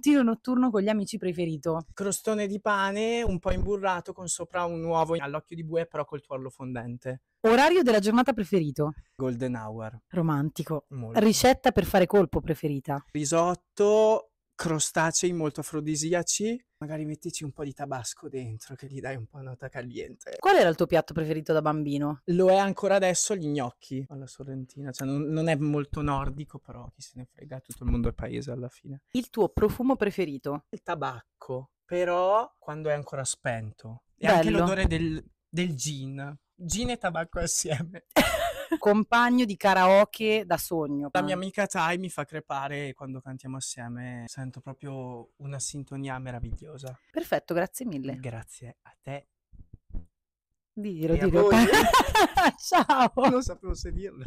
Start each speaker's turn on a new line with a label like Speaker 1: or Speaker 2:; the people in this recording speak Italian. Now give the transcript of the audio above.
Speaker 1: Tiro notturno con gli amici preferito.
Speaker 2: Crostone di pane un po' imburrato con sopra un uovo all'occhio di bue però col tuorlo fondente.
Speaker 1: Orario della giornata preferito.
Speaker 2: Golden hour.
Speaker 1: Romantico.
Speaker 2: Molto.
Speaker 1: Ricetta per fare colpo preferita.
Speaker 2: Risotto, crostacei molto afrodisiaci. Magari mettici un po' di tabasco dentro che gli dai un po' nota caliente.
Speaker 1: Qual era il tuo piatto preferito da bambino?
Speaker 2: Lo è ancora adesso gli gnocchi alla sorrentina. Cioè non, non è molto nordico però chi se ne frega tutto il mondo è paese alla fine.
Speaker 1: Il tuo profumo preferito?
Speaker 2: Il tabacco però quando è ancora spento. E anche
Speaker 1: Bello.
Speaker 2: l'odore del, del gin. Gin e tabacco assieme.
Speaker 1: Compagno di karaoke da sogno.
Speaker 2: La mia amica Tai mi fa crepare e quando cantiamo assieme sento proprio una sintonia meravigliosa.
Speaker 1: Perfetto, grazie mille.
Speaker 2: Grazie a te.
Speaker 1: Dillo,
Speaker 2: E a
Speaker 1: dillo.
Speaker 2: voi.
Speaker 1: Ciao.
Speaker 2: Non sapevo se dirlo.